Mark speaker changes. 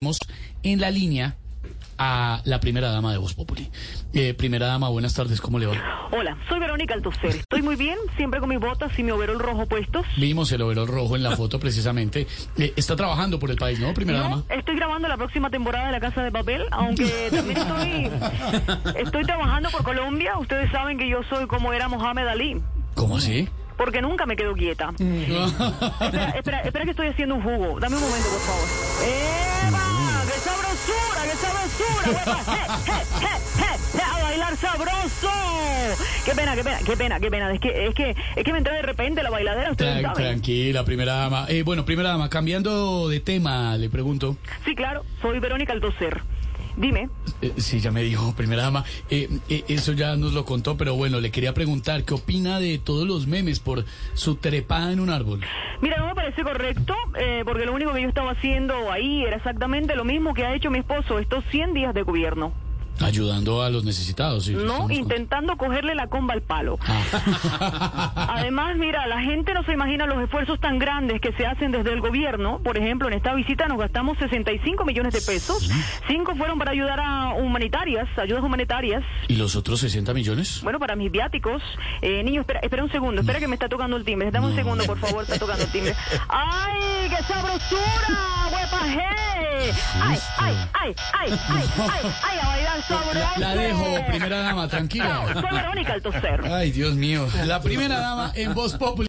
Speaker 1: tenemos en la línea a la primera dama de Voz Populi. Eh, primera dama, buenas tardes, ¿cómo le va?
Speaker 2: Hola, soy Verónica Altocer. Estoy muy bien, siempre con mis botas y mi overol rojo puestos.
Speaker 1: Vimos el overol rojo en la foto precisamente. Eh, está trabajando por el país, ¿no, primera
Speaker 2: No,
Speaker 1: dama?
Speaker 2: estoy grabando la próxima temporada de La Casa de Papel, aunque también estoy, estoy trabajando por Colombia. Ustedes saben que yo soy como era Mohamed Ali,
Speaker 1: ¿Cómo así?
Speaker 2: porque nunca me quedo quieta. Espera, espera, espera que estoy haciendo un jugo. Dame un momento, por favor. ¡Eva! ¡Qué sabrosura! ¡Qué sabrosura! guapa! ¡Je, je, je, je, je! ¡A bailar sabroso! ¡Qué pena, qué pena, qué pena, qué pena! Es que, es que, es que me entré de repente la bailadera, ustedes
Speaker 1: Tran-
Speaker 2: saben.
Speaker 1: tranquila, primera dama. Eh, bueno, primera dama, cambiando de tema, le pregunto.
Speaker 2: Sí, claro, soy Verónica Altocer. Dime.
Speaker 1: Eh, sí, ya me dijo, primera dama. Eh, eh, eso ya nos lo contó, pero bueno, le quería preguntar, ¿qué opina de todos los memes por su trepada en un árbol?
Speaker 2: Mira, no me parece correcto, eh, porque lo único que yo estaba haciendo ahí era exactamente lo mismo que ha hecho mi esposo estos 100 días de gobierno,
Speaker 1: Ayudando a los necesitados, sí.
Speaker 2: ¿no?
Speaker 1: estamos con-
Speaker 2: Intentando cogerle la comba al palo. Además, mira, la gente no se imagina los esfuerzos tan grandes que se hacen desde el gobierno. Por ejemplo, en esta visita nos gastamos 65 millones de pesos. Cinco fueron para ayudar a humanitarias, ayudas humanitarias.
Speaker 1: ¿Y los otros 60 millones?
Speaker 2: Bueno, para mis viáticos. Eh, niño, espera, espera un segundo, espera que me está tocando el timbre. Dame un segundo, por favor, está tocando el timbre. ¡Ay, qué sabrosura! ¡Huepaje! ¡Ay, ay, ay, ay, ay, ay, ay, a bailar
Speaker 1: La,
Speaker 2: sabroso!
Speaker 1: la dejo, primera dama,
Speaker 2: No,
Speaker 1: tranquila.
Speaker 2: soy Verónica Altocer.
Speaker 1: Ay, Dios mío. La primera dama en Voz Populi.